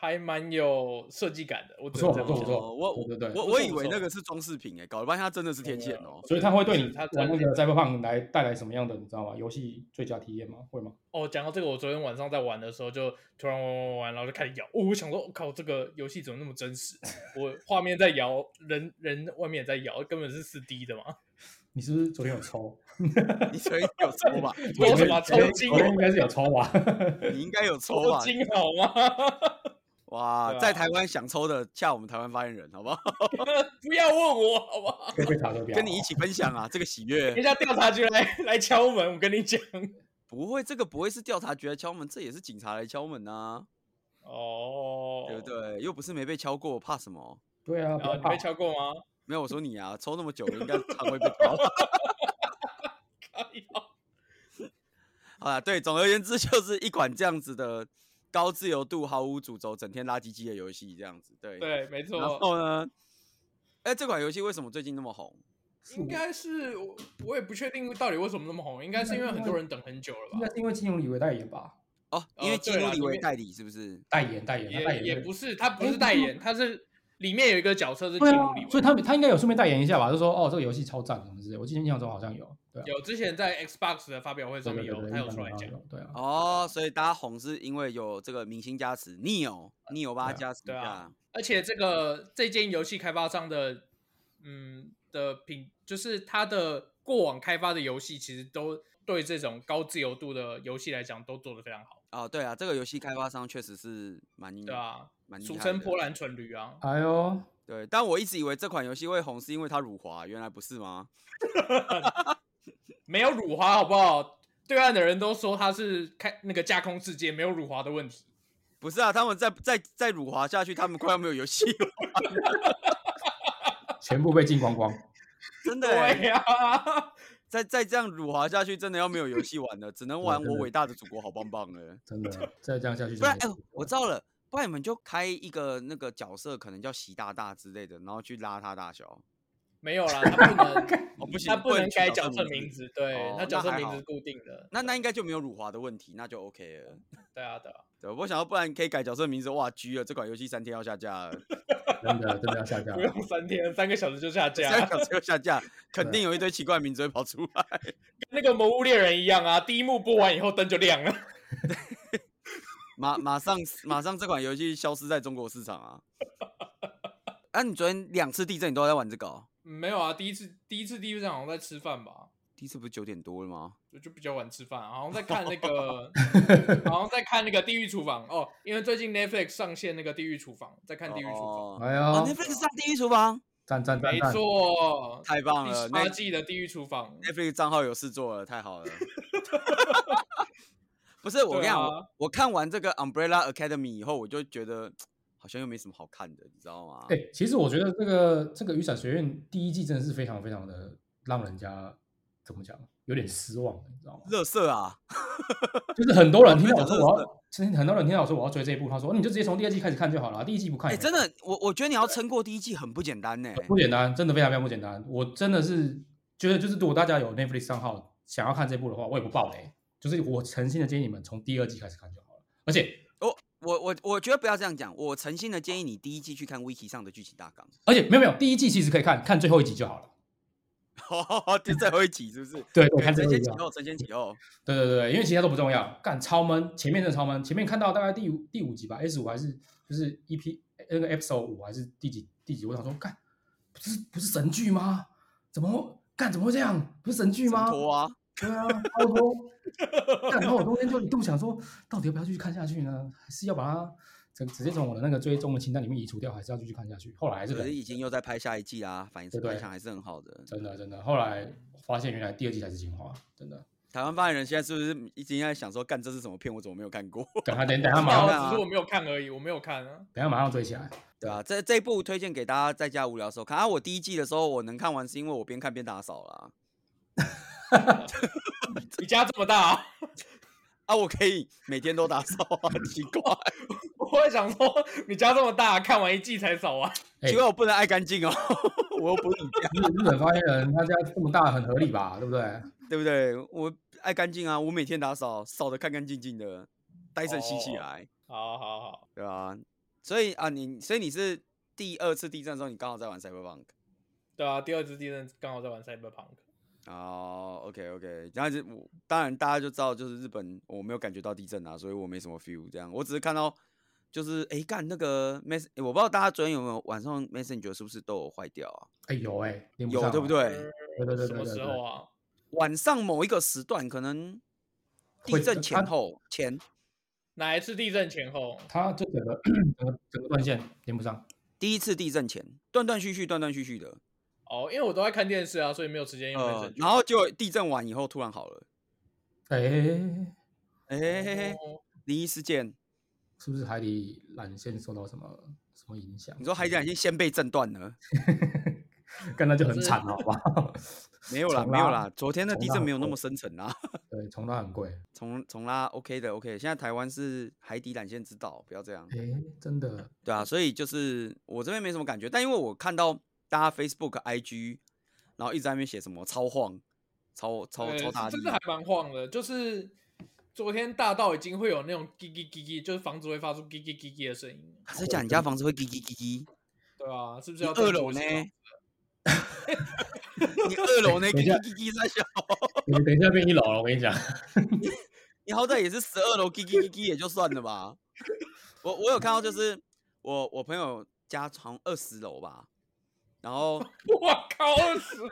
[SPEAKER 1] 还蛮有设计感的。我只
[SPEAKER 3] 不错
[SPEAKER 1] 能这
[SPEAKER 3] 不错
[SPEAKER 1] 样
[SPEAKER 3] 不
[SPEAKER 1] 讲。
[SPEAKER 3] 错
[SPEAKER 2] 哦我
[SPEAKER 3] 对对
[SPEAKER 2] 我
[SPEAKER 3] 对，
[SPEAKER 2] 我
[SPEAKER 1] 错
[SPEAKER 2] 以
[SPEAKER 1] 不
[SPEAKER 2] 为
[SPEAKER 1] 错
[SPEAKER 2] 那个是装饰品哎，搞了半天它真的是天线哦。
[SPEAKER 3] 所以他会对你
[SPEAKER 1] 他
[SPEAKER 3] 玩那
[SPEAKER 1] 啊真
[SPEAKER 3] 个 Cyberpunk 来带来什么样的你知道吗？游戏最佳体验吗？会吗？
[SPEAKER 1] 哦，哦，讲到这个，我昨天晚上在玩的时候，就突然玩玩玩玩，然后就开始摇。哦，我想说，我、靠，这个游戏怎么那么真实？我画面在摇，人人外面也在摇，根本是四 D 的嘛。
[SPEAKER 3] 你是不是昨天 有抽？
[SPEAKER 1] 啊
[SPEAKER 2] 你昨天有抽吧？
[SPEAKER 1] 抽什么？抽
[SPEAKER 3] 昨天
[SPEAKER 1] 筋
[SPEAKER 3] 昨？天应该是有抽吧？
[SPEAKER 2] 你应该有抽
[SPEAKER 1] 抽
[SPEAKER 2] 吧？
[SPEAKER 1] 筋好吗？
[SPEAKER 2] 哇，
[SPEAKER 1] 对啊
[SPEAKER 2] 在台湾想抽的，下我们台湾发言人，好不好？
[SPEAKER 1] 不要问我好不好？
[SPEAKER 3] 可以被查手表。
[SPEAKER 2] 跟你一起分享 啊，这个喜悦
[SPEAKER 1] 等一。下调查局来来敲门，我跟你讲。
[SPEAKER 2] 不会，这个不会是调查局来敲门，这也是警察来敲门啊，
[SPEAKER 1] 哦，
[SPEAKER 2] 对不？对？又不是没被敲过，怕什么？
[SPEAKER 3] 对啊，不
[SPEAKER 1] 啊，
[SPEAKER 3] 要
[SPEAKER 1] 你
[SPEAKER 3] 怕
[SPEAKER 1] 被敲过吗？
[SPEAKER 2] 没有，我说你啊，抽那么久了，应该常会被敲。 好啦，对，总而言之就是一款这样子的高自由度、毫无主轴、整天拉鸡鸡的游戏，这样子。对。
[SPEAKER 1] 对，没
[SPEAKER 2] 然
[SPEAKER 1] 错，
[SPEAKER 2] 后呢？哎，这款游戏为什么最近那么红？
[SPEAKER 3] 是我
[SPEAKER 1] 应该是我我也不确定到底为什么那么红，应该是因为很多人等很久了
[SPEAKER 3] 应该
[SPEAKER 1] 吧？
[SPEAKER 3] 是因为金融李维代言吧？
[SPEAKER 2] 哦，因
[SPEAKER 1] 哦
[SPEAKER 2] 为基
[SPEAKER 1] 对
[SPEAKER 2] 努
[SPEAKER 1] 啦
[SPEAKER 2] 里
[SPEAKER 1] 因
[SPEAKER 2] 维
[SPEAKER 1] 为
[SPEAKER 2] 代理是不是？
[SPEAKER 3] 代言代言，他代
[SPEAKER 1] 也
[SPEAKER 3] 言
[SPEAKER 1] 也
[SPEAKER 3] 对
[SPEAKER 1] 不是，他不
[SPEAKER 3] 哎
[SPEAKER 1] 是代
[SPEAKER 3] 不是
[SPEAKER 1] 言，他是里面有一个角色是基
[SPEAKER 3] 对
[SPEAKER 1] 努
[SPEAKER 3] 啊
[SPEAKER 1] 里，维，
[SPEAKER 3] 所以他们他应该有顺便代言一下吧？就说哦，这个游戏超赞什么之类的。我记得印象中好像有，对啊，
[SPEAKER 1] 有之前在 Xbox 的发表会
[SPEAKER 3] 对
[SPEAKER 1] 上
[SPEAKER 3] 对
[SPEAKER 1] 面
[SPEAKER 3] 对
[SPEAKER 1] 有，
[SPEAKER 3] 对，
[SPEAKER 1] 他
[SPEAKER 3] 印
[SPEAKER 1] 有
[SPEAKER 3] 象
[SPEAKER 1] 出来
[SPEAKER 3] 中
[SPEAKER 1] 讲。
[SPEAKER 3] 有对啊，
[SPEAKER 2] 哦，所以大家红是因为有这个明星加持，Neo Neo 吧
[SPEAKER 3] 对啊
[SPEAKER 2] 加持一
[SPEAKER 1] 对啊
[SPEAKER 2] 下。
[SPEAKER 1] 而且这个这间游戏开发商的，嗯的品，就是它的过往开发的游戏，其实都对这种高自由度的游戏来讲，都做得非常好，
[SPEAKER 2] 哦，对啊，这个游戏开发商确实是蛮
[SPEAKER 1] 对啊，
[SPEAKER 2] 蛮厉
[SPEAKER 1] 俗
[SPEAKER 2] 害
[SPEAKER 1] 称
[SPEAKER 2] 的
[SPEAKER 1] 波兰蠢驴啊，
[SPEAKER 3] 哎呦，
[SPEAKER 2] 对，但我一直以为这款游戏会红是因为它辱华，原来不是吗？
[SPEAKER 1] 没有辱华好不好？对岸的人都说他是开那个架空世界，没有辱华的问题。
[SPEAKER 2] 不是啊，他们再再再辱华下去，他们快要没有游戏了，
[SPEAKER 3] 全部被禁光光。
[SPEAKER 2] 真的欸、
[SPEAKER 1] 对呀、啊，
[SPEAKER 2] 再再这样辱华下去，真的要没有游戏玩了，只能
[SPEAKER 3] 对
[SPEAKER 2] 玩
[SPEAKER 3] 真
[SPEAKER 2] 我
[SPEAKER 3] 的
[SPEAKER 2] 伟大的祖国好棒棒了。
[SPEAKER 3] 真 的，再这样下去真
[SPEAKER 2] 不
[SPEAKER 3] 的
[SPEAKER 2] 然
[SPEAKER 3] 没，
[SPEAKER 2] 哎、
[SPEAKER 3] 戏
[SPEAKER 2] 我知道了，不然你们就开一个那个角色，可能叫习大大之类的，然后去拉他大小。
[SPEAKER 1] 没有啦， 他不能，
[SPEAKER 2] 哦，不行，
[SPEAKER 1] 他不能
[SPEAKER 2] 取
[SPEAKER 1] 改
[SPEAKER 2] 角
[SPEAKER 1] 角色名
[SPEAKER 2] 名。
[SPEAKER 1] 字，对、
[SPEAKER 2] 哦
[SPEAKER 1] 他角
[SPEAKER 2] 那
[SPEAKER 1] 色
[SPEAKER 2] 还
[SPEAKER 1] 名字
[SPEAKER 2] 好
[SPEAKER 1] 是固定的。
[SPEAKER 2] 那那应该就没有辱华的问题，那就 OK 了。
[SPEAKER 1] 对啊，对啊。
[SPEAKER 2] 哦对，我想要不然可以改角色名字，哇，G 了，这款游戏三天要下架了，
[SPEAKER 3] 真的真的要下架
[SPEAKER 1] 不
[SPEAKER 3] 了。
[SPEAKER 1] 用三天，啊三个小时就下
[SPEAKER 2] 三个
[SPEAKER 1] 架，
[SPEAKER 2] 小时要下架，肯定有一堆奇怪的名字会跑出来。
[SPEAKER 1] 那个《魔物猎人》一样啊，第一幕播完以后灯就亮了。
[SPEAKER 2] 马马上马上这款游戏消失在中国市场 啊！啊，你昨天两次地震，你都在玩这个、哦？
[SPEAKER 1] 没有啊，第一次第一次第一次好像在吃饭吧，
[SPEAKER 2] 第一次不是九点多了吗？
[SPEAKER 1] 就就比较晚吃饭，好像在看那个， 好像在看那个《地狱厨房》哦，因为最近 Netflix 上线那个《地狱厨房》，在看《地狱厨房》
[SPEAKER 2] 哦
[SPEAKER 3] 哎
[SPEAKER 2] 哦
[SPEAKER 3] 呦，
[SPEAKER 2] ，Netflix 上《地狱厨房》
[SPEAKER 3] 赞赞赞
[SPEAKER 1] 没
[SPEAKER 3] 赞！
[SPEAKER 1] 错，
[SPEAKER 2] 太棒
[SPEAKER 1] 第
[SPEAKER 2] 了
[SPEAKER 1] 十八季的《地狱厨房》
[SPEAKER 2] ，Netflix 账号有事做了，太 好了。不是我跟你讲，
[SPEAKER 1] 对
[SPEAKER 2] 我
[SPEAKER 1] 啊
[SPEAKER 2] 我看完这个 Umbrella Academy 以后，我就觉得好像又没什么好看的，你知道吗？
[SPEAKER 3] 哎、其实我觉得这个这个雨伞学院第一季真的是非常非常的让人家怎么讲，有点失望，你知道吗？
[SPEAKER 2] 乐色啊，
[SPEAKER 3] 就是很多人听到
[SPEAKER 2] 非常
[SPEAKER 3] 我说我
[SPEAKER 2] 热
[SPEAKER 3] 要，其实很多人听到我说我要追这一部，他说、哦你就直接从第二季开始看就好了，啊第一季不看
[SPEAKER 2] 哎、
[SPEAKER 3] 也没
[SPEAKER 2] 真的，我我觉得你要撑过第一季很不简单呢、
[SPEAKER 3] 不简单，真的非常非常不简单。我真的是觉得，就是如果大家有 Netflix 账号想要看这部的话，我也不爆雷，就是我诚心的建议你们从第二季开始看就好了。而且
[SPEAKER 2] 我我我我觉得不要这样讲，我诚心的建议你第一季去看 Wiki 上的剧情大纲。
[SPEAKER 3] 而且没有没有，第一季其实可以看看最后一集就好了。
[SPEAKER 2] 哦，就最后一集是不是？
[SPEAKER 3] 对，我
[SPEAKER 2] 对
[SPEAKER 3] 看最
[SPEAKER 2] 承
[SPEAKER 3] 后一
[SPEAKER 2] 先
[SPEAKER 3] 集啊
[SPEAKER 2] 启
[SPEAKER 3] 就好。
[SPEAKER 2] 后，承先启哦后。
[SPEAKER 3] 对对对，因为其他都不重要，干超闷，前面真的超闷，前面看到大概第五第五集吧，S 五还是就是 EP 那个 episode 五还是第几第几？我想说，干不是不是神剧吗？怎么会干怎么会这样？不是神剧
[SPEAKER 2] 怎
[SPEAKER 3] 吗？
[SPEAKER 2] 么拖啊？
[SPEAKER 3] 对啊，差不多。但然后我中间就一度想说，到底要不要继续看下去呢？还是要把它直直接从我的那个追踪的清单里面移除掉，还是要继续看下去？后来还是
[SPEAKER 2] 可是
[SPEAKER 3] 忍
[SPEAKER 2] 已经又在拍下一季啦，反应
[SPEAKER 3] 对对
[SPEAKER 2] 反响还是很好的。
[SPEAKER 3] 真的真的，后来发现原来第二季才是精华，真的。
[SPEAKER 2] 台湾发言人现在是不是已经在想说，干这是什么片？我怎么没有看过？
[SPEAKER 3] 等他等等他
[SPEAKER 1] 啊，
[SPEAKER 3] 马上
[SPEAKER 2] 好看啊
[SPEAKER 1] 只是我没有看而已，我没有看啊。
[SPEAKER 3] 等他马上追起来。
[SPEAKER 2] 对啊，这这一部推荐给大家在家无聊的时候看。啊，我第一季的时候我能看完，是因为我边看边打扫啦。
[SPEAKER 1] 你家这么大、啊，
[SPEAKER 2] 啊，我可以每天都打扫啊， 奇怪，
[SPEAKER 1] 我会想说你家这么大，看完一季才啊扫完。
[SPEAKER 3] 哎
[SPEAKER 2] 奇怪，我不能爱干净哦， 我又不是你家，
[SPEAKER 3] 日日本发言人他家这么大很合理吧？对不对？
[SPEAKER 2] 对不对？我爱干净啊，我每天打扫，扫的干干净净的，戴森吸起
[SPEAKER 1] 哦
[SPEAKER 2] 来。
[SPEAKER 1] 好好好，
[SPEAKER 2] 对啊，所以啊，你所以你是第二次地震的时候，你刚好在玩 Cyberpunk
[SPEAKER 1] 对啊，第二支地震刚好在玩 Cyberpunk。
[SPEAKER 2] 哦，OK，OK、o k OK，然后就我当然大家就知道，就是日本我没有感觉到地震啊，所以我没什么 feel。这样，我只是看到就是哎干那个 mess，诶我不知道大家昨天有没有晚上 messenger 是不是都有坏掉啊？
[SPEAKER 3] 哎有哎，连不
[SPEAKER 2] 有
[SPEAKER 3] 上
[SPEAKER 2] 对
[SPEAKER 3] 啊
[SPEAKER 2] 不？对？
[SPEAKER 3] 对对对对
[SPEAKER 1] 什么时候？啊？
[SPEAKER 2] 晚上某一个时段可能地
[SPEAKER 3] 会
[SPEAKER 2] 震
[SPEAKER 3] 它
[SPEAKER 2] 前后前
[SPEAKER 1] 哪一次地震前后？
[SPEAKER 3] 它就整个 整个整个断线连不上。
[SPEAKER 2] 第一次地震前断断续续断断续续的，
[SPEAKER 1] 哦，因为我都在看电视啊，所以没有时哦间用卫
[SPEAKER 2] 呃
[SPEAKER 1] 生，纸。
[SPEAKER 2] 然后就地震完以后突然好了，
[SPEAKER 3] 哎，
[SPEAKER 2] 哎、
[SPEAKER 1] 哦
[SPEAKER 2] 灵异事件，
[SPEAKER 3] 是不是海底缆线受到什么什么影响？
[SPEAKER 2] 你说海
[SPEAKER 1] 嗯
[SPEAKER 2] 底缆线先被震断了？
[SPEAKER 3] 干那就很
[SPEAKER 1] 是
[SPEAKER 3] 惨了，好不好？
[SPEAKER 2] 没 有啦，
[SPEAKER 3] 重
[SPEAKER 2] 没有
[SPEAKER 3] 拉
[SPEAKER 2] 啦，昨天的
[SPEAKER 3] 重
[SPEAKER 2] 地
[SPEAKER 3] 拉
[SPEAKER 2] 震
[SPEAKER 3] 很
[SPEAKER 2] 没有那
[SPEAKER 1] 哦
[SPEAKER 3] 贵
[SPEAKER 2] 么深沉啊 啦。
[SPEAKER 3] 对，重拉很贵。
[SPEAKER 2] 从从啦，OK 的，OK 的。现在台湾是海底缆线之岛，不要这 样。
[SPEAKER 3] 哎，真的，
[SPEAKER 2] 对啊，所以就是我这边没什么感觉，但因为我看到大家 Facebook、IG，然后一直在那边写什么超晃、超超
[SPEAKER 1] 对
[SPEAKER 2] 超大力
[SPEAKER 1] 真，的还蛮晃的。就是昨天大到已经会有那种叽叽叽叽，就是房子会发出叽叽叽叽的声音，
[SPEAKER 2] 啊真假？你家房子会叽叽叽叽？
[SPEAKER 1] 对啊， 是不是
[SPEAKER 2] 你
[SPEAKER 1] 要
[SPEAKER 2] 二
[SPEAKER 1] 斟酌
[SPEAKER 2] 楼
[SPEAKER 1] 一
[SPEAKER 2] 呢
[SPEAKER 1] 下？？
[SPEAKER 2] 你二楼呢？
[SPEAKER 3] 等
[SPEAKER 2] 叽
[SPEAKER 3] 一下
[SPEAKER 2] 叽叽叽在笑，
[SPEAKER 3] 你等一下变一楼了，我跟你讲。
[SPEAKER 2] 你好歹也是十二楼叽叽叽叽也就算了吧。我我有看到，就是我我朋友家床二十楼吧，然后
[SPEAKER 1] 我靠，二十楼！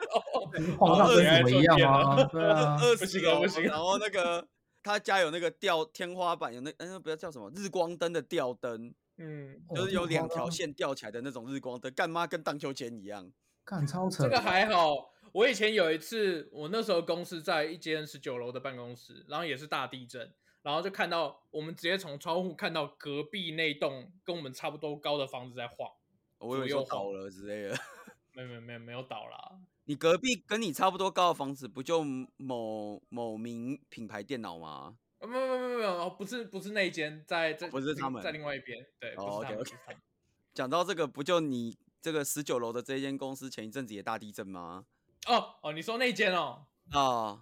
[SPEAKER 3] 晃到
[SPEAKER 2] 哦二
[SPEAKER 1] 十
[SPEAKER 3] 跟什
[SPEAKER 1] 来
[SPEAKER 3] 么一样
[SPEAKER 1] 做电
[SPEAKER 3] 啊？
[SPEAKER 1] 了
[SPEAKER 3] 对啊，
[SPEAKER 2] 二
[SPEAKER 1] 不
[SPEAKER 2] 十
[SPEAKER 1] 行啊
[SPEAKER 2] 楼
[SPEAKER 1] 不行啊
[SPEAKER 2] 然后那个他家有那个吊天花板，有那嗯、那不要叫什么日光灯的吊灯，
[SPEAKER 1] 嗯，
[SPEAKER 3] 哦
[SPEAKER 2] 就是有两条，
[SPEAKER 3] 这么
[SPEAKER 2] 线吊起来的那种日光灯，干妈跟荡秋千一样。
[SPEAKER 3] 夸张干超扯
[SPEAKER 1] 这。个还好。我以前有一次，我那时候公司在一间十九楼的办公室，然后也是大地震，然后就看到我们直接从窗户看到隔壁那栋跟我们差不多高的房子在晃。
[SPEAKER 2] 我以为
[SPEAKER 1] 左右
[SPEAKER 2] 说倒
[SPEAKER 1] 晃
[SPEAKER 2] 了之类的。
[SPEAKER 1] 没有没有没有没有倒啦，
[SPEAKER 2] 你隔壁跟你差不多高的房子，不就某某名品牌电脑吗？
[SPEAKER 1] 呃没有没有没有没有，不是不是那一间，在在
[SPEAKER 2] 哦不是他
[SPEAKER 1] 另
[SPEAKER 2] 们
[SPEAKER 1] 在另外一边，对，不
[SPEAKER 2] 哦
[SPEAKER 1] 是他们
[SPEAKER 2] OK，OK
[SPEAKER 1] 不是他们
[SPEAKER 2] 讲到这个，不就你这个十九楼的这间公司前一阵子也大地震吗？
[SPEAKER 1] 哦哦，你说那间哦，
[SPEAKER 2] 啊、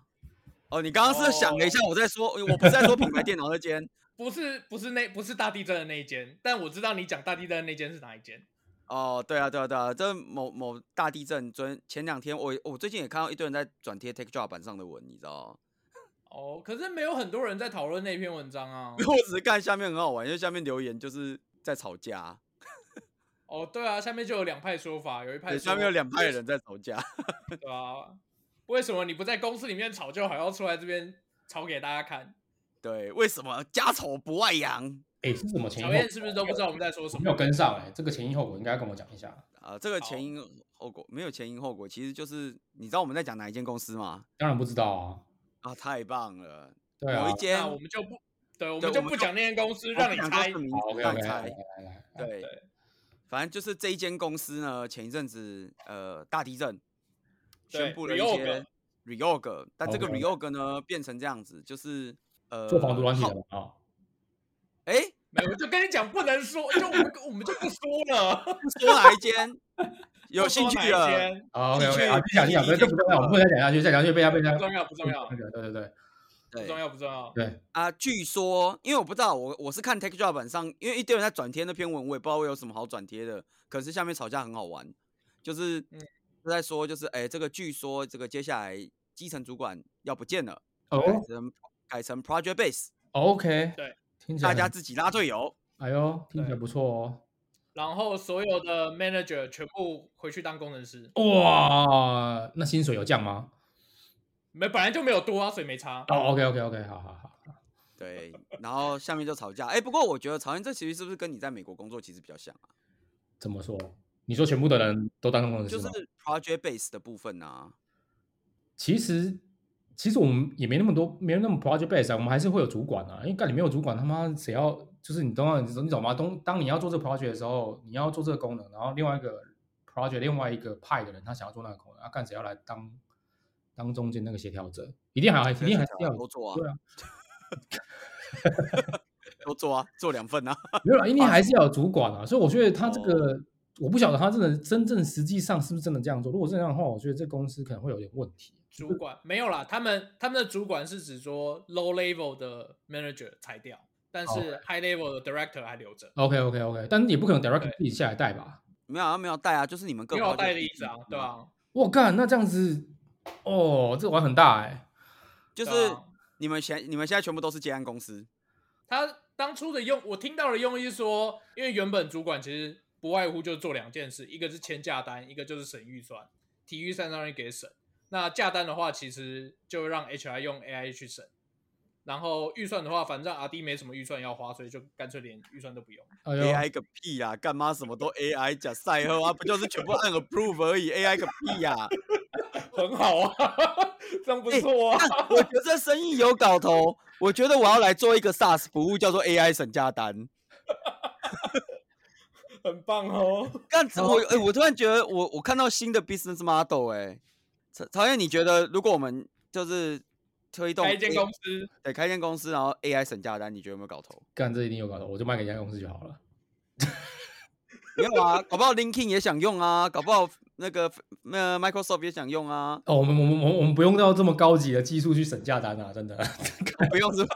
[SPEAKER 2] 哦，你刚刚是想了一下，我在说，我不是在说品牌电脑那间
[SPEAKER 1] 不是不是那不是大地震的那一间，但我知道你讲大地震的那间是哪一间。
[SPEAKER 2] 哦，对啊，对啊，对啊，这某某大地震，昨天前两天我我最近也看到一堆人在转贴 TikTok 版上的文，你知道吗？
[SPEAKER 1] 哦，可是没有很多人在讨论那篇文章 啊。
[SPEAKER 2] 我只是看下面很好玩，因为下面留言就是在吵架，
[SPEAKER 1] 哦，对啊，下面就有两派说法，有一派
[SPEAKER 2] 对，
[SPEAKER 1] 说
[SPEAKER 2] 下面有两派人在吵架，
[SPEAKER 1] 对啊，为什么你不在公司里面吵，就还要出来这边吵给大家看？
[SPEAKER 2] 对，为什么家丑不外扬
[SPEAKER 3] 哎，是什么前
[SPEAKER 1] 小
[SPEAKER 3] 因后
[SPEAKER 1] 燕？是不是都不知道我们在说
[SPEAKER 3] 我
[SPEAKER 1] 什
[SPEAKER 3] 没有
[SPEAKER 1] 么？
[SPEAKER 3] 跟上哎，这个前因后果应该跟我讲一下。
[SPEAKER 2] 啊？这个
[SPEAKER 1] 好
[SPEAKER 2] 前因后果没有前因后果，其实就是你知道我们在讲哪一间公司吗？
[SPEAKER 3] 当然不知道啊，
[SPEAKER 2] 啊，太棒了，
[SPEAKER 3] 对啊
[SPEAKER 2] 某一，间
[SPEAKER 1] 那我们就不，对，我
[SPEAKER 2] 对
[SPEAKER 1] 们就
[SPEAKER 2] 我们
[SPEAKER 1] 不
[SPEAKER 2] 就
[SPEAKER 1] 讲那间公司，
[SPEAKER 2] 我
[SPEAKER 1] 让
[SPEAKER 2] 不
[SPEAKER 1] 你
[SPEAKER 2] 想说
[SPEAKER 1] 猜
[SPEAKER 2] 是。名
[SPEAKER 3] 好
[SPEAKER 2] 字
[SPEAKER 3] ，OK
[SPEAKER 2] 让
[SPEAKER 3] OK，
[SPEAKER 2] 你
[SPEAKER 3] 来
[SPEAKER 2] 猜，
[SPEAKER 3] 来来，
[SPEAKER 2] 对
[SPEAKER 1] 对，
[SPEAKER 2] 反正就是这一间公司呢，前一阵子呃大地震宣
[SPEAKER 1] 对
[SPEAKER 2] 布了一
[SPEAKER 1] ，reorg
[SPEAKER 2] 些 reorg，但这个
[SPEAKER 3] OK，OK
[SPEAKER 2] reorg 呢变成这样子，就是呃
[SPEAKER 3] 做防毒软体
[SPEAKER 2] 好
[SPEAKER 3] 的啊，
[SPEAKER 2] 哎、
[SPEAKER 1] 没有，我就跟你讲不能说，就我们我们就不说了。
[SPEAKER 2] 说哪一间 有
[SPEAKER 1] 不 说
[SPEAKER 2] 兴趣
[SPEAKER 1] 哪一
[SPEAKER 2] 的？
[SPEAKER 1] 间
[SPEAKER 3] 好，OK
[SPEAKER 2] 继续
[SPEAKER 3] OK，啊，继续讲继续讲，
[SPEAKER 2] 继续
[SPEAKER 3] 这这不重要，我们不能再讲下去，再讲下去被他被他
[SPEAKER 1] 不重要，不重要
[SPEAKER 3] 那，个，对对对
[SPEAKER 1] 不重
[SPEAKER 2] 对
[SPEAKER 1] 要，不重要。
[SPEAKER 3] 对，
[SPEAKER 2] 啊，据说因为我不知道，我我是看 Tech Job 版上，因为一堆人在转贴那篇文，我也不知道我有什么好转贴的。可是下面吵架很好玩，就是
[SPEAKER 1] 嗯
[SPEAKER 2] 是在说，就是哎、这个据说这个接下来基层主管要不见了，改
[SPEAKER 3] 哦
[SPEAKER 2] 成改成 Project Base，
[SPEAKER 3] ，OK，
[SPEAKER 1] 对，
[SPEAKER 3] 听起来
[SPEAKER 2] 大
[SPEAKER 3] 很
[SPEAKER 2] 家自己拉队友。
[SPEAKER 3] 哎呦，听起
[SPEAKER 1] 对
[SPEAKER 3] 来不错哦。
[SPEAKER 1] 然后所有的 manager 全部回去当工程师，
[SPEAKER 3] 哇，那薪水有降吗？
[SPEAKER 1] 没本来就没有多啊，所以没差。
[SPEAKER 3] 哦，OK OK OK，好好好，
[SPEAKER 2] 对，然后下面就吵架。哎、不过我觉得曹燕这其实是不是跟你在美国工作其实比较像啊？
[SPEAKER 3] 怎么说？你说全部的人都当工程师
[SPEAKER 2] 就是
[SPEAKER 3] 吗？
[SPEAKER 2] project base 的部分啊。
[SPEAKER 3] 其实其实我们也没那么多，没有那么 project base 啊，我们还是会有主管啊。因为干你没有主管，他妈谁要？就是你懂吗？你懂你懂吗？当当你要做这个 project 的时候，你要做这个功能，然后另外一个 project 另外一个派的人，他想要做那个功能，啊，干谁要来当当中间那个协调者？一定还一定还是要有
[SPEAKER 2] 都做啊，
[SPEAKER 3] 对啊，
[SPEAKER 2] 都做啊，做两份啊。
[SPEAKER 3] 没有啦，因为还是要有主管啊，所以我觉得他这个，我不晓得他真的真正实际上是不是真的这样做。如果这样的话，我觉得这公司可能会有点问题。
[SPEAKER 1] 主管没有啦，他们他们的主管是指说 low level 的 manager 裁掉，但
[SPEAKER 2] 哦
[SPEAKER 1] 是 high level 的 director 还留着。
[SPEAKER 3] OK OK OK，但也不可能 direct
[SPEAKER 1] 对
[SPEAKER 3] 自己下来带吧？
[SPEAKER 2] 没有啊，没有带啊，就是你们各
[SPEAKER 1] 没有
[SPEAKER 2] project
[SPEAKER 1] 带的
[SPEAKER 2] 自
[SPEAKER 1] 意
[SPEAKER 2] 己
[SPEAKER 1] 思啊
[SPEAKER 2] 自，己
[SPEAKER 1] 对
[SPEAKER 2] 嘛
[SPEAKER 1] 吧、啊？
[SPEAKER 3] 我干，那这样子哦，这玩很大哎、
[SPEAKER 2] 就是
[SPEAKER 1] 对啊
[SPEAKER 2] 你们现你们现在全部都是接案公司，
[SPEAKER 1] 他当初的用，我听到的用意是说，因为原本主管其实不外乎就是做两件事，一个是签价单，一个就是审预算。体育三当然给审，那价单的话，其实就让 HR 用 AI 去审。然后预算的话，反正阿 D 没什么预算要花，所以就干脆连预算都不用。
[SPEAKER 3] 哎呦，
[SPEAKER 2] AI 个屁呀、干嘛什么都 AI 假赛后啊，不就是全部按 approve 而已？AI 个屁呀、
[SPEAKER 1] 很好啊， 这样不
[SPEAKER 2] 哎
[SPEAKER 1] 错啊。
[SPEAKER 2] 干我觉得这生意有搞头，我觉得我要来做一个 SaaS 服务，叫做 AI 省价单。
[SPEAKER 1] 很棒哦。
[SPEAKER 2] 干，我哎、我突然觉得我我看到新的 business model 哎、曹曹燕，你觉得如果我们就是推动
[SPEAKER 1] 开一间
[SPEAKER 2] A-
[SPEAKER 1] 公司，
[SPEAKER 2] 对开一间公司，然后 AI 省价单，你觉得有没有搞头？
[SPEAKER 3] 干这一定有搞头，我就卖给一家公司就好了。
[SPEAKER 2] 没有啊，搞不好 LinkedIn 也想用啊，搞不好那个那 Microsoft 也想用 啊，
[SPEAKER 3] 哦，我们我们我们我们不用到这么高级的技术去审价单啊，真的。
[SPEAKER 2] 不用是吧？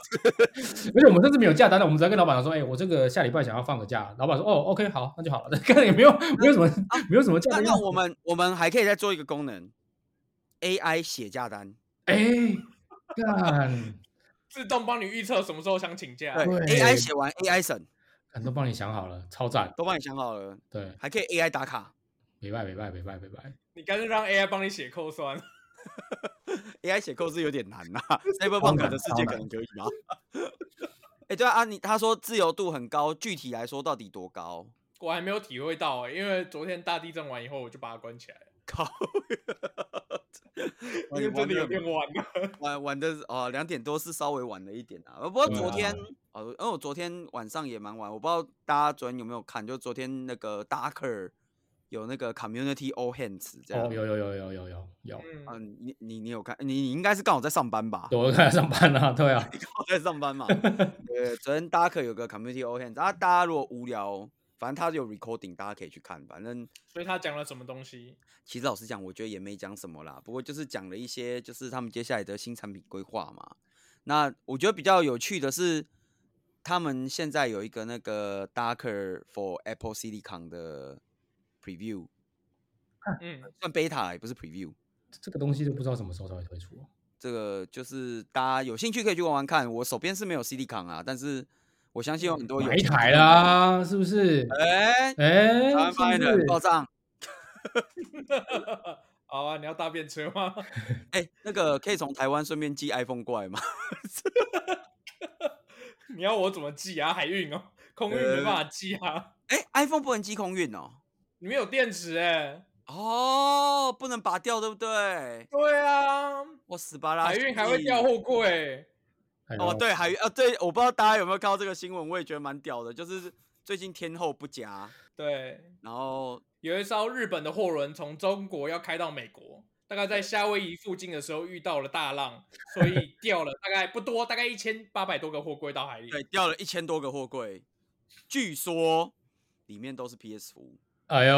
[SPEAKER 3] 而且我们甚至没有价单的，我们只要跟老板说，哎、我这个下礼拜想要放个假，老板说，哦，OK，好，那就好了， 干也没有没有什么、没有什么价
[SPEAKER 2] 那
[SPEAKER 3] 单要
[SPEAKER 2] 那。我们我们还可以再做一个功能，AI 写价单。
[SPEAKER 3] 哎、干，
[SPEAKER 1] 自动帮你预测什么时候想请假。
[SPEAKER 2] 对
[SPEAKER 3] 对
[SPEAKER 2] ，AI 写完 AI 审，
[SPEAKER 3] 干都帮你想好了，超赞。
[SPEAKER 2] 都帮你想好了，
[SPEAKER 3] 对，
[SPEAKER 2] 还可以 AI 打卡
[SPEAKER 3] 没拜没拜没拜没拜。
[SPEAKER 1] 你干脆让 AI 帮你写扣算。
[SPEAKER 2] ，AI 写扣是有点难呐、啊。Cyberpunk
[SPEAKER 3] 难
[SPEAKER 2] 的世
[SPEAKER 3] 超
[SPEAKER 2] 界可
[SPEAKER 3] 难
[SPEAKER 2] 能可以吧？ 哎、对啊，啊你他说自由度很高，具体来说到底多高？
[SPEAKER 1] 我还没有体会到、欸，因为昨天大地震完以后，我就把它关起来了，
[SPEAKER 2] 靠！
[SPEAKER 1] 因为真的有
[SPEAKER 2] 点
[SPEAKER 1] 点晚了。
[SPEAKER 2] 晚晚的哦，两点多是稍微晚了一点啊。呃不过
[SPEAKER 3] 对
[SPEAKER 2] 昨
[SPEAKER 3] 啊
[SPEAKER 2] 天、哦，因为我昨天晚上也蛮晚，我不知道大家昨天有没有看，就昨天那个 Darker 有那个 Community All Hands 这样。
[SPEAKER 3] 哦，有有有有有有有，
[SPEAKER 2] 嗯、
[SPEAKER 1] 嗯，
[SPEAKER 2] 你你你有看？你你应该是刚好在上班吧？
[SPEAKER 3] 有我看上班啦、对啊，
[SPEAKER 2] 我在上 班嘛。对，昨天大家可以有个 community o hands，啊，大家如果无聊，反正他有 recording，大家可以去看。反正
[SPEAKER 1] 所以他讲了什么东西？
[SPEAKER 2] 其实老实讲，我觉得也没讲什么啦，不过就是讲了一些就是他们接下来的新产品规划嘛。那我觉得比较有趣的是，他们现在有一个那个 Darker for Apple Silicon 的 preview，
[SPEAKER 1] 嗯，
[SPEAKER 2] 算 beta 啦也不是 preview。
[SPEAKER 3] 这个东西就不知道什么时候才会推出、哦。
[SPEAKER 2] 这个就是大家有兴趣可以去玩玩看。我手边是没有 Silicon 啊，但是我相信有很多有
[SPEAKER 3] 买一
[SPEAKER 2] 兴趣
[SPEAKER 3] 台
[SPEAKER 2] 的
[SPEAKER 3] 啦，是不是？
[SPEAKER 2] 哎、
[SPEAKER 3] 哎、
[SPEAKER 2] 台湾发言
[SPEAKER 3] 是不
[SPEAKER 2] 人
[SPEAKER 3] 是
[SPEAKER 2] 报账。
[SPEAKER 1] 好啊，你要搭便车吗？
[SPEAKER 2] 哎、那个可以从台湾顺便寄 iPhone 过来吗？
[SPEAKER 1] 你要我怎么寄啊？海运哦，空运没办法寄啊，
[SPEAKER 2] 哎、i p h o n e 不能寄空运哦。
[SPEAKER 1] 你没有电池哎、
[SPEAKER 2] 哦，不能拔掉，对不对？
[SPEAKER 1] 对啊，
[SPEAKER 2] 我死巴拉。
[SPEAKER 1] 海运还会掉
[SPEAKER 2] 货。
[SPEAKER 1] 货柜。
[SPEAKER 3] 哎呦
[SPEAKER 2] 哦，对，海运啊，对，我不知道大家有没有看到这个新闻，我也觉得蛮屌的，就是最近天后不佳，
[SPEAKER 1] 对，
[SPEAKER 2] 然后
[SPEAKER 1] 有一艘日本的货轮从中国要开到美国，大概在夏威夷附近的时候遇到了大浪，所以掉了大概不多，大概一千八百多个货柜到海里。
[SPEAKER 2] 对掉了一千多个货柜，据说里面都是 PS 服务。
[SPEAKER 3] 哎呦，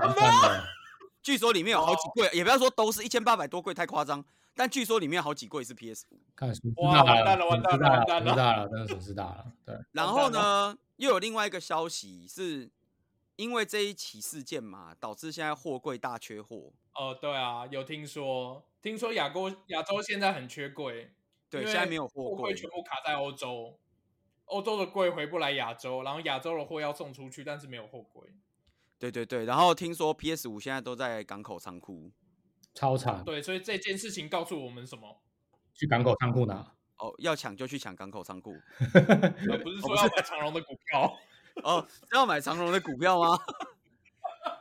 [SPEAKER 3] 麻烦了。
[SPEAKER 2] 据说里面有好
[SPEAKER 1] 哦
[SPEAKER 2] 几柜，也不要说都是一千八百多柜太夸张，但据说里面好几柜是 PS 服务。
[SPEAKER 3] 看损失
[SPEAKER 1] 哇
[SPEAKER 3] 大
[SPEAKER 1] 完蛋了完
[SPEAKER 3] 损
[SPEAKER 1] 蛋
[SPEAKER 3] 失
[SPEAKER 1] 了完
[SPEAKER 3] 大
[SPEAKER 1] 蛋
[SPEAKER 3] 损失大了，真的损失大了。对，
[SPEAKER 2] 然
[SPEAKER 1] 完
[SPEAKER 2] 后
[SPEAKER 1] 蛋
[SPEAKER 2] 呢，又有另外一个消息是，因为这一起事件嘛，导致现在货柜大缺货。
[SPEAKER 1] 哦，对啊，有听说，听说亚洲亚洲现在很缺柜，
[SPEAKER 2] 对，
[SPEAKER 1] 因
[SPEAKER 2] 现在
[SPEAKER 1] 为
[SPEAKER 2] 没有货
[SPEAKER 1] 货
[SPEAKER 2] 柜
[SPEAKER 1] 柜，全部卡在欧洲，欧洲的柜回不来亚洲，然后亚洲的货要送出去，但是没有货柜。
[SPEAKER 2] 对对对。然后听说 PS 五现在都在港口仓库。
[SPEAKER 3] 超惨，
[SPEAKER 1] 对，所以这件事情告诉我们什么？
[SPEAKER 3] 去港口仓库拿。
[SPEAKER 2] 哦，要抢就去抢港口仓库。
[SPEAKER 1] 而不是说要买长荣的股票，
[SPEAKER 2] 哦，是要买长荣的股票吗？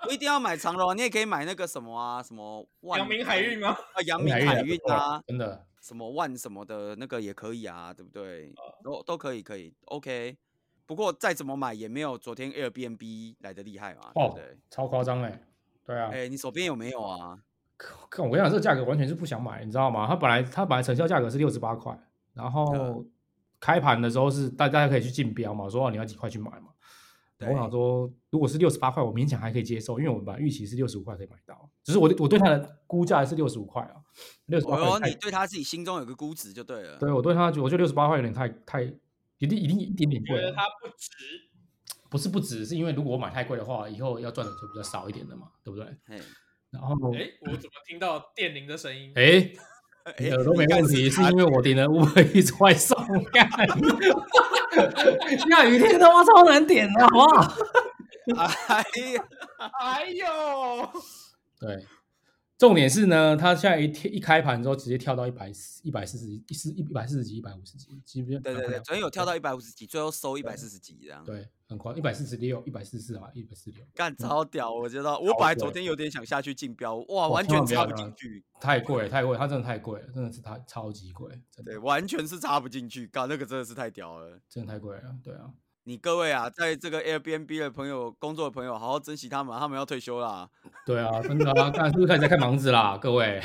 [SPEAKER 2] 不一定要买长荣啊，你也可以买那个什么啊，什么万
[SPEAKER 1] 阳明海运吗？
[SPEAKER 2] 啊，阳明海运啊，，
[SPEAKER 3] 真的
[SPEAKER 2] 什么万什么的那个也可以啊，对不对？
[SPEAKER 1] 哦
[SPEAKER 2] 都都可以，可以，OK。不过再怎么买也没有昨天 Airbnb 来的厉害嘛，对不
[SPEAKER 3] 哦
[SPEAKER 2] 对？，
[SPEAKER 3] 超夸张哎。对啊
[SPEAKER 2] 哎、，你手边有没有啊？
[SPEAKER 3] 可可我跟你讲，这个价格完全是不想买，你知道吗？它本来它本来成交价格是六十八块，然后
[SPEAKER 2] 嗯
[SPEAKER 3] 开盘的时候是大大家可以去竞标嘛，说哦你要几块去买嘛。我
[SPEAKER 2] 对
[SPEAKER 3] 想说，如果是六十八块，我勉强还可以接受，因为我本来预期是六十五块可以买到，只是我对我对它的估价是六十五块啊，六十八
[SPEAKER 2] 哦
[SPEAKER 3] 块
[SPEAKER 2] 哟，
[SPEAKER 3] 太
[SPEAKER 2] 你对他自己心中有个估值就对了。
[SPEAKER 3] 对我对他，我觉得六十八块有点太太，一定一定一点点
[SPEAKER 1] 觉
[SPEAKER 3] 贵啊
[SPEAKER 1] 得
[SPEAKER 3] 了。
[SPEAKER 1] 它不值。
[SPEAKER 3] 不是不止，是因为如果我买太贵的话，以后要赚的就比较少一点的嘛，对不对？
[SPEAKER 2] 嘿，
[SPEAKER 3] 然后
[SPEAKER 1] 哎，我怎么听到电铃的声音？
[SPEAKER 3] 哎，
[SPEAKER 2] 哎
[SPEAKER 3] 你的都没
[SPEAKER 2] 应该
[SPEAKER 3] 问题，是
[SPEAKER 2] 他
[SPEAKER 3] 因为我点了 Uber 一直外送。 干下雨天他妈超难点的，好不好？
[SPEAKER 2] 哎呀，
[SPEAKER 1] 哎呦，
[SPEAKER 3] 对，重点是呢，他现在一天一开盘之后直接跳到一百一百四十一四一百四十几一百五十几，基本
[SPEAKER 2] 对对对，昨天有跳到一百五十几，最后收一百四十几这样，
[SPEAKER 3] 对，很快一百四十六一百四十四啊，一百四十六。
[SPEAKER 2] 干超屌！我觉得我本来昨
[SPEAKER 3] 屌
[SPEAKER 2] 天有点想下去竞标，哇，
[SPEAKER 3] 哦
[SPEAKER 2] 完
[SPEAKER 3] 千
[SPEAKER 2] 全
[SPEAKER 3] 万不
[SPEAKER 2] 插
[SPEAKER 3] 要
[SPEAKER 2] 不
[SPEAKER 3] 这
[SPEAKER 2] 进
[SPEAKER 3] 样
[SPEAKER 2] 去，
[SPEAKER 3] 太贵了，太贵了，它真的太贵了，真的是它超级贵，真的
[SPEAKER 2] 对，完全是插不进去，干那个真的是太屌了。
[SPEAKER 3] 真的太贵了，对啊，
[SPEAKER 2] 你各位啊，在这个 Airbnb 的朋友、工作的朋友，好好珍惜他们啊，他们要退休啦。
[SPEAKER 3] 对啊，真的啊，看是不是开始在看房子啦，各位？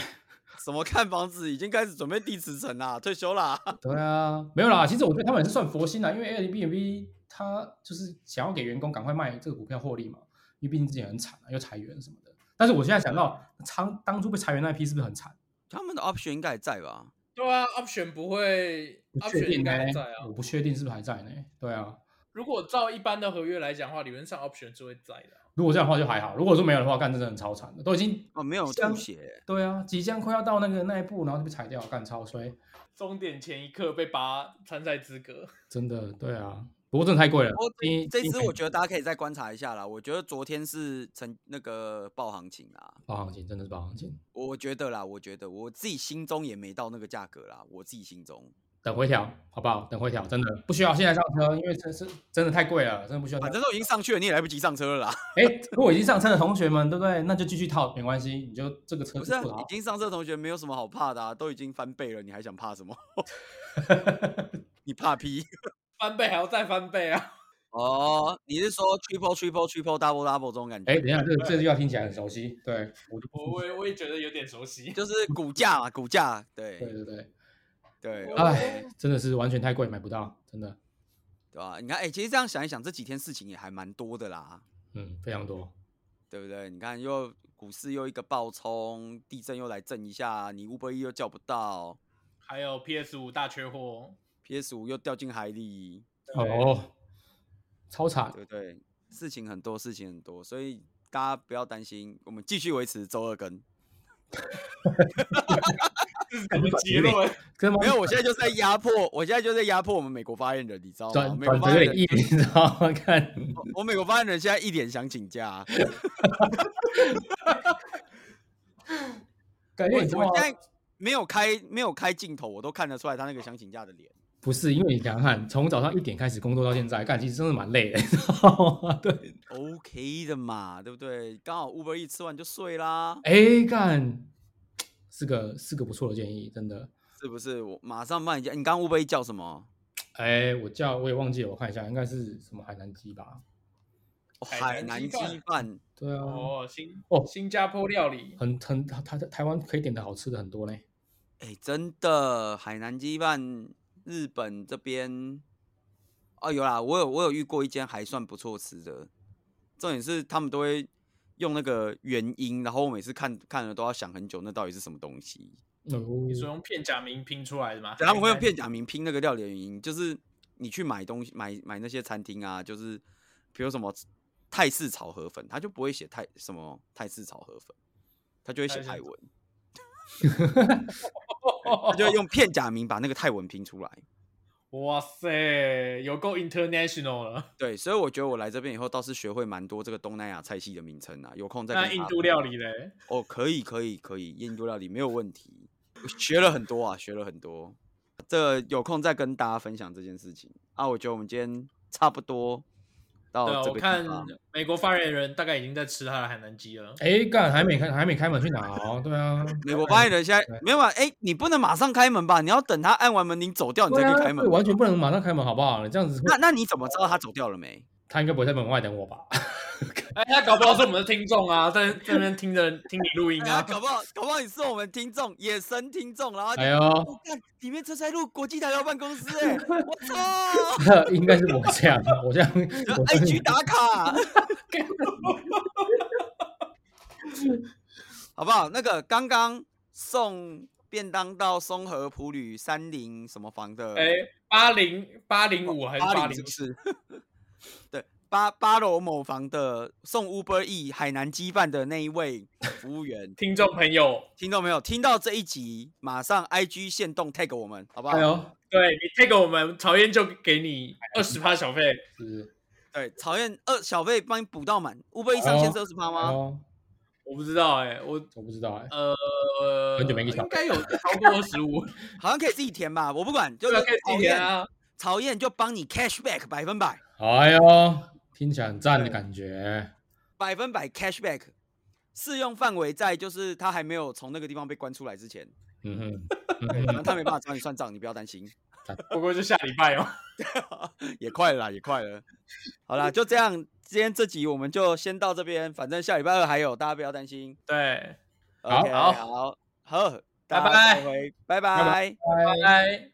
[SPEAKER 2] 什么看房子，已经开始准备地磁层啦，退休啦。
[SPEAKER 3] 对啊，没有啦，其实我对他们也是算佛心啊啦，因为 Airbnb 它就是想要给员工赶快卖这个股票获利嘛，因为毕竟之前很惨啊，又裁员什么的。但是我现在想到，当当初被裁员那一批是不是很惨？
[SPEAKER 2] 他们的 option 应该也在吧？
[SPEAKER 1] 对啊，option 不会
[SPEAKER 3] 不确
[SPEAKER 1] ，option
[SPEAKER 3] 定
[SPEAKER 1] 应
[SPEAKER 3] 呢
[SPEAKER 1] 该还在啊。
[SPEAKER 3] 我不确定是不是还在呢？对啊，
[SPEAKER 1] 如果照一般的合约来讲的话，理论上 option 是会在的啊。
[SPEAKER 3] 如果这样的话就还好，如果说没有的话，干真的很超惨的，都已经
[SPEAKER 2] 哦，没有
[SPEAKER 3] 像
[SPEAKER 2] 吐血，
[SPEAKER 3] 对啊，即将快要到那个那一步，然后就被裁掉，干超衰。
[SPEAKER 1] 终点前一刻被拔参赛资格，
[SPEAKER 3] 真的，对啊，不过真的太贵了。
[SPEAKER 2] 我
[SPEAKER 3] 今
[SPEAKER 2] 这
[SPEAKER 3] 今
[SPEAKER 2] 支
[SPEAKER 3] 年
[SPEAKER 2] 我觉得大家可以再观察一下啦。我觉得昨天是成那个爆行情啊，
[SPEAKER 3] 包行情真的是包行情，
[SPEAKER 2] 我觉得啦，我觉得我自己心中也没到那个价格啦，我自己心中，
[SPEAKER 3] 等回调好不好？等回调，真的
[SPEAKER 2] 嗯
[SPEAKER 3] 不需要现在上车，因为真是真的太贵了，真的不需要。
[SPEAKER 2] 反正都已经上去了，你也来不及上车了啦。
[SPEAKER 3] 哎，如果已经上车的同学们，对不对？那就继续套，没关系，你就这个车
[SPEAKER 2] 不
[SPEAKER 3] 子
[SPEAKER 2] 是、啊，
[SPEAKER 3] 做得
[SPEAKER 2] 已
[SPEAKER 3] 好。
[SPEAKER 2] 经上车的同学没有什么好怕的啊，都已经翻倍了，你还想怕什么？ 你怕 屁？
[SPEAKER 1] 翻倍还要再翻倍啊！
[SPEAKER 2] 哦，你是说 triple triple triple double double 这种感觉？
[SPEAKER 3] 哎，等一下，这个这句话听起来很熟悉，对我就
[SPEAKER 1] 我我也我也觉得有点熟悉。
[SPEAKER 2] 就是股价嘛，股价，
[SPEAKER 3] 对
[SPEAKER 2] 对
[SPEAKER 3] 对对，
[SPEAKER 2] 对
[SPEAKER 1] 我
[SPEAKER 3] 哎，真的是完全太贵，买不到，真的，
[SPEAKER 2] 对吧、你看，哎、其实这样想一想，这几天事情也还蛮多的啦，
[SPEAKER 3] 嗯，非常多。
[SPEAKER 2] 对不对？你看又股市又一个暴冲，地震又来震一下，你 Uber E 又叫不到
[SPEAKER 1] 还有 PS 五大缺货，哦
[SPEAKER 2] ，PS 五又掉进海里，
[SPEAKER 3] 哦，超惨，
[SPEAKER 2] 对不对？事情很多，事情很多，所以大家不要担心，我们继续维持周二更。
[SPEAKER 1] 这是什么结论？
[SPEAKER 3] 跟
[SPEAKER 2] 没有，我现在就是在压迫，我现在就在压迫我们美国发言人，你知道吗？
[SPEAKER 3] 转
[SPEAKER 2] 美国
[SPEAKER 3] 转
[SPEAKER 2] 发
[SPEAKER 3] 折
[SPEAKER 2] 言
[SPEAKER 3] 有点
[SPEAKER 2] 人，
[SPEAKER 3] 硬，你知道吗？ 看，
[SPEAKER 2] 我我美国发言人现在一脸想请假、啊
[SPEAKER 3] 感觉
[SPEAKER 2] 我
[SPEAKER 3] 你知道吗
[SPEAKER 2] 我现在没有开没有开镜头，我都看得出来他那个想请假的脸。
[SPEAKER 3] 不是，因为你想想看，从早上一点开始工作到现在，干其实真的蛮累的，你知道吗？ 对，
[SPEAKER 2] OK 的嘛，对不对？刚好 Uber E 吃完就睡啦，
[SPEAKER 3] 哎，干是个是个不错的建议，真的。
[SPEAKER 2] 是不是？我马上帮你叫。你刚刚 Uber E 叫什么？
[SPEAKER 3] 哎，我叫我也忘记了，我看一下，应该是什么海南鸡吧？
[SPEAKER 2] 哦
[SPEAKER 1] 海
[SPEAKER 2] 海南
[SPEAKER 1] 南鸡
[SPEAKER 2] 鸡
[SPEAKER 1] 饭
[SPEAKER 2] 饭。
[SPEAKER 3] 对啊，
[SPEAKER 1] 哦，新
[SPEAKER 3] 哦
[SPEAKER 1] 新加坡料理，
[SPEAKER 3] 很很它它台湾可以点的好吃的很多嘞。
[SPEAKER 2] 哎，真的，海南鸡饭，日本这边哦，有啦，我有我有遇过一间还算不错吃的，重点是他们都会用那个原因，然后我每次看看了都要想很久，那到底是什么东西？
[SPEAKER 3] 哦
[SPEAKER 1] 你，说用片假名拼出来的吗？
[SPEAKER 2] 对他们会用
[SPEAKER 1] 还是
[SPEAKER 2] 片假名拼那个料理的原因，就是你去买东西买买那些餐厅啊，就是比如什么泰式炒河粉，他就不会写泰什么泰式炒河粉，他就会写
[SPEAKER 1] 泰式
[SPEAKER 2] 泰
[SPEAKER 1] 炒
[SPEAKER 2] 文，他
[SPEAKER 1] 哦
[SPEAKER 2] 就会用片假名把那个泰文拼出来。
[SPEAKER 1] 哇塞，有够 international 了。
[SPEAKER 2] 对，所以我觉得我来这边以后倒是学会蛮多这个东南亚菜系的名称啊，有空再
[SPEAKER 1] 那
[SPEAKER 2] 跟
[SPEAKER 1] 印
[SPEAKER 2] 大家
[SPEAKER 1] 度
[SPEAKER 2] 分享
[SPEAKER 1] 料理嘞？
[SPEAKER 2] 哦，可以可以可以，印度料理没有问题，我学了很多啊，学了很多。这有空再跟大家分享这件事情啊，我觉得我们今天差不多到
[SPEAKER 1] 对啊，
[SPEAKER 2] 这
[SPEAKER 1] 我
[SPEAKER 2] 个地
[SPEAKER 1] 看
[SPEAKER 2] 方。
[SPEAKER 1] 美国发言人大概已经在吃他的海南鸡了。
[SPEAKER 3] 哎，干还没开还没开门去拿哦？对啊，
[SPEAKER 2] 美国发言人现在
[SPEAKER 3] 对
[SPEAKER 2] 没有啊？哎、你不能马上开门吧？你要等他按完门铃走掉，你才
[SPEAKER 3] 对
[SPEAKER 2] 可以
[SPEAKER 3] 啊
[SPEAKER 2] 开门
[SPEAKER 3] 对
[SPEAKER 2] 吧。
[SPEAKER 3] 完全不能马上开门，好不好？你这样子会，
[SPEAKER 2] 那那你怎么知道他走掉了没？
[SPEAKER 3] 他应该不会在门外等我
[SPEAKER 2] 啊
[SPEAKER 3] 吧？
[SPEAKER 1] 哎，他搞不好是我们的听众啊，在在那边听着听你录音
[SPEAKER 2] 哎呀，
[SPEAKER 1] 啊。
[SPEAKER 2] 搞不好搞不好你是我们听众，野生听众，然后
[SPEAKER 3] 哎呦。
[SPEAKER 2] 我看哦里面车差路国际台湾办公室、 哎，我操
[SPEAKER 3] 应该是我这样，我这样，我这样
[SPEAKER 2] ，IG 打卡，好不好？那个刚刚送便当到松河普吕三零什么房的，
[SPEAKER 1] 哎哎，八零八零五还是
[SPEAKER 2] 八
[SPEAKER 1] 八
[SPEAKER 2] 零是
[SPEAKER 1] 零，
[SPEAKER 2] 不？是？对，八八楼某房的送 Uber E 海南鸡饭的那一位服务员
[SPEAKER 1] 听众朋友，
[SPEAKER 2] 听到没有？听到这一集，马上 IG 限动 tag 我们，好不好？
[SPEAKER 3] 哎呦，
[SPEAKER 1] 对你 take 我们曹燕就给你二十趴小费，
[SPEAKER 3] 是不是？
[SPEAKER 2] 对，讨厌二小费帮你补到满，Uber E 上限是二十趴吗？
[SPEAKER 3] 哦，
[SPEAKER 1] 我不知道哎、我
[SPEAKER 3] 我不知道哎、
[SPEAKER 1] 呃
[SPEAKER 3] 很久没给小
[SPEAKER 1] 应
[SPEAKER 3] 费
[SPEAKER 1] 该有超过二十五，
[SPEAKER 2] 好像可以自己填吧，我不管， 就
[SPEAKER 1] 对
[SPEAKER 2] 是
[SPEAKER 1] 啊，可以
[SPEAKER 2] 讨
[SPEAKER 1] 今年
[SPEAKER 2] 厌
[SPEAKER 1] 啊，
[SPEAKER 2] 曹燕就帮你 cash back 百分百，
[SPEAKER 3] 哎呦，听起来很赞的感觉。
[SPEAKER 2] 百分百 cash back，适用范围在就是他还没有从那个地方被关出来之 前，
[SPEAKER 3] 嗯哼，
[SPEAKER 2] 对，
[SPEAKER 3] 嗯
[SPEAKER 2] 反正
[SPEAKER 3] 哼
[SPEAKER 2] 他没办法找你算账，你不要担心，
[SPEAKER 1] 不过就下礼拜哦。
[SPEAKER 2] 也快了啦，也快了。好啦，就这样，今天这集我们就先到这边，反正下礼拜二还有，大家不要担心。
[SPEAKER 1] 对，
[SPEAKER 2] OK，
[SPEAKER 1] 好
[SPEAKER 2] 好，好，大家
[SPEAKER 1] 拜拜
[SPEAKER 2] 再会，拜
[SPEAKER 3] 拜
[SPEAKER 2] 拜。
[SPEAKER 1] 拜。